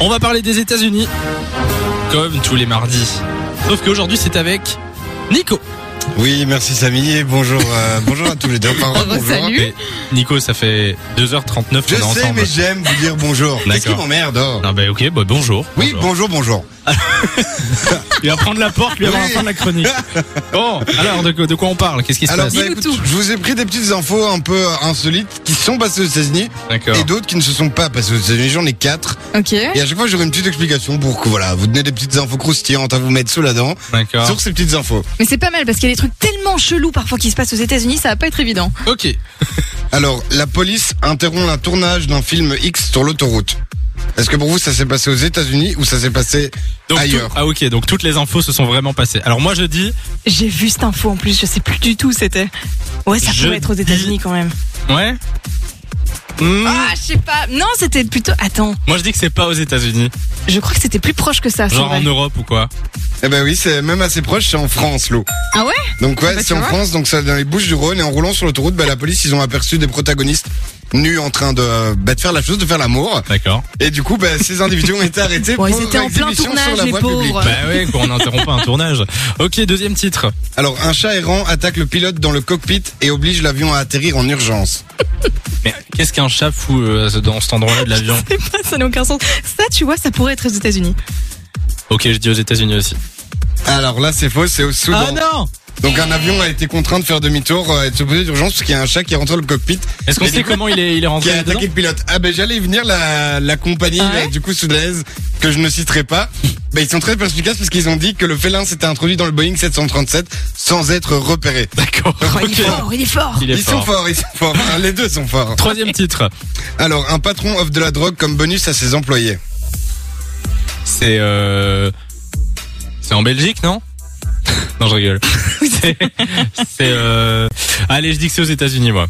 On va parler des États-Unis, comme tous les mardis. Sauf qu'aujourd'hui, c'est avec Nico. Hum Oui, merci Samy et bonjour, euh, bonjour à tous les deux. Enfin, bonjour. Oh, bah, Salut. Et Nico, ça fait 2h39 Je qu'on est sais, ensemble. mais j'aime vous dire bonjour. Qu'est-ce qui D'accord. m'emmerde oh Ah bah ok, bah bonjour. Oui, bonjour, bonjour. Il va prendre la porte, lui, avant la Oui. fin de la chronique. Bon, alors de, quoi- de quoi on parle Qu'est-ce qui se Alors, passe bah, Dis-nous écoute, tout. je vous ai pris des petites infos un peu insolites qui sont passées aux États-Unis D'accord. et d'autres qui ne se sont pas passées aux États-Unis. J'en ai quatre. Ok. Et à chaque fois, j'aurai une petite explication pour que voilà, vous donner des petites infos croustillantes à vous mettre sous la dent D'accord. sur ces petites infos. Mais c'est pas mal parce qu'il y a des trucs tellement chelous parfois qui se passent aux États-Unis, ça va pas être évident. Ok. Alors, la police interrompt un tournage d'un film X sur l'autoroute. Est-ce que pour vous, ça s'est passé aux États-Unis ou ça s'est passé Donc, ailleurs tout- ah ok, donc toutes les infos se sont vraiment passées. Alors moi je dis, J'ai vu cette info en plus, je sais plus du tout où c'était. Ouais, ça Je pourrait être aux dis- États-Unis quand même. ouais. Hmm. Ah, je sais pas. Non, c'était plutôt. Attends, Moi je dis que c'est pas aux États-Unis, je crois que c'était plus proche que ça. c'est genre vrai. en Europe ou quoi. Eh ben oui, c'est même assez proche, c'est en France, l'eau. Ah ouais Donc Ah ouais, bah, tu c'est en vois. France, donc ça dans les Bouches du Rhône et en roulant sur l'autoroute, bah, la police ils ont aperçu des protagonistes nus en train de, bah, de faire la chose, de faire l'amour. D'accord. Et du coup, bah, ces individus ont été arrêtés Bon, pour ils étaient en plein exhibition tournage, sur la les voie pauvres. publique. Bah ouais, quoi, on n'interrompt pas un tournage. Ok, deuxième titre. Alors un chat errant attaque le pilote dans le cockpit et oblige l'avion à atterrir en urgence. Mais qu'est-ce qu'un chat fout euh, dans cet endroit-là de l'avion Je sais pas, ça n'a aucun sens. Ça, tu vois, ça pourrait être aux États-Unis. Ok, je dis aux États-Unis aussi. Alors là, c'est faux, c'est au Ah Soudan. non donc un avion a été contraint de faire demi-tour euh, et de se poser d'urgence parce qu'il y a un chat qui rentre dans le cockpit Est-ce qu'on Mais sait du coup, comment il est, il est qui rentré a dedans attaqué le pilote. Ah ben j'allais y venir la, la compagnie Ah ouais là, du coup soudanaise que je ne citerai pas. Ben ils sont très perspicaces parce qu'ils ont dit que le félin s'était introduit dans le Boeing 737 sans être repéré. D'accord. Oh, il ok. est fort, il est fort. Il est Ils sont fort. forts, ils sont forts. Hein, Les deux sont forts. Troisième titre. Alors un patron offre de la drogue comme bonus à ses employés. C'est euh... c'est en Belgique, non Non, je rigole. c'est c'est euh... allez, je dis que c'est aux États-Unis, moi.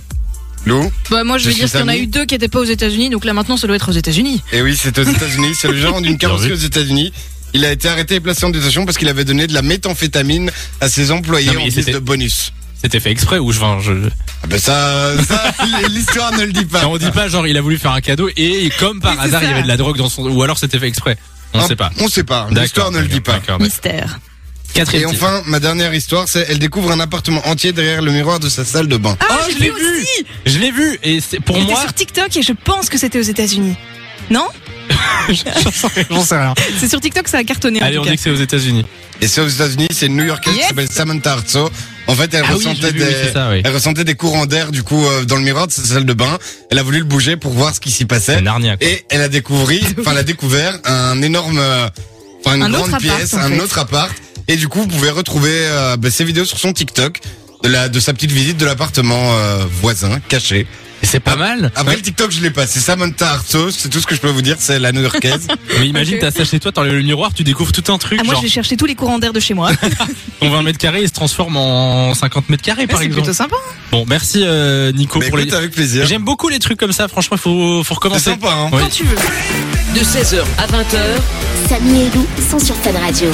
Lou Bah, moi, je vais Je dire suis qu'il y en a ami. eu deux qui étaient pas aux États-Unis, donc là maintenant, ça doit être aux États-Unis. Et Eh oui, c'est aux États-Unis. C'est le gérant d'une carrosserie vu. aux États-Unis. Il a été arrêté et placé en détention parce qu'il avait donné de la méthamphétamine à ses employés Non, mais en guise c'était- de bonus. C'était fait exprès ou je, enfin, je... Ah ben ça, ça l'histoire ne le dit pas. Non, on dit pas genre il a voulu faire un cadeau et comme par Oui, c'est hasard il y ça. avait de la drogue dans son ou alors c'était fait exprès. On Hein, sait pas. On sait pas. D'accord, L'histoire ne le dit d'accord, pas. d'accord, d'accord. Mystère. Et Quatrième titre. enfin, ma dernière histoire, c'est elle découvre un appartement entier derrière le miroir de sa salle de bain. Ah, Oh, j'ai je l'ai vu vu. aussi. Je l'ai vu et c'est pour J'étais moi. sur TikTok et je pense que c'était aux États-Unis. Non J'en sais rien. C'est sur TikTok, ça a cartonné. en Allez, tout on cas. dit que c'est aux États-Unis. Et c'est aux États-Unis, c'est une New Yorkaise Yes. qui s'appelle Samantha Hartso. En fait, elle Ah oui, ressentait j'ai vu, des oui, c'est ça, oui. elle ressentait des courants d'air du coup euh, dans le miroir de sa salle de bain. Elle a voulu le bouger pour voir ce qui s'y C'est passait Narnia. quoi. et elle a découvert enfin elle a découvert un énorme euh, enfin une Un autre grande appart, pièce, en un fait. autre appart et du coup, vous pouvez retrouver euh, bah, ses vidéos sur son TikTok de la de sa petite visite de l'appartement euh, voisin caché. Et C'est pas mal. Après le TikTok, je l'ai pas. C'est Samantha Artso, c'est tout ce que je peux vous dire, c'est la new-yorkaise. Mais imagine, Ok. t'as ça chez toi, t'enlèves le miroir, tu découvres tout un truc. Ah, moi, genre, j'ai cherché tous les courants d'air de chez moi. ton 20 mètres carrés, il se transforme en 50 mètres carrés, Ouais, par C'est exemple. plutôt sympa. Bon, merci, euh, Nico, Mais pour écoute, les. avec plaisir. J'aime beaucoup les trucs comme ça, franchement, faut, faut C'est recommencer. sympa, hein. Oui. Quand tu veux. De 16h à 20h, Samy et Lou sont sur Fun Radio.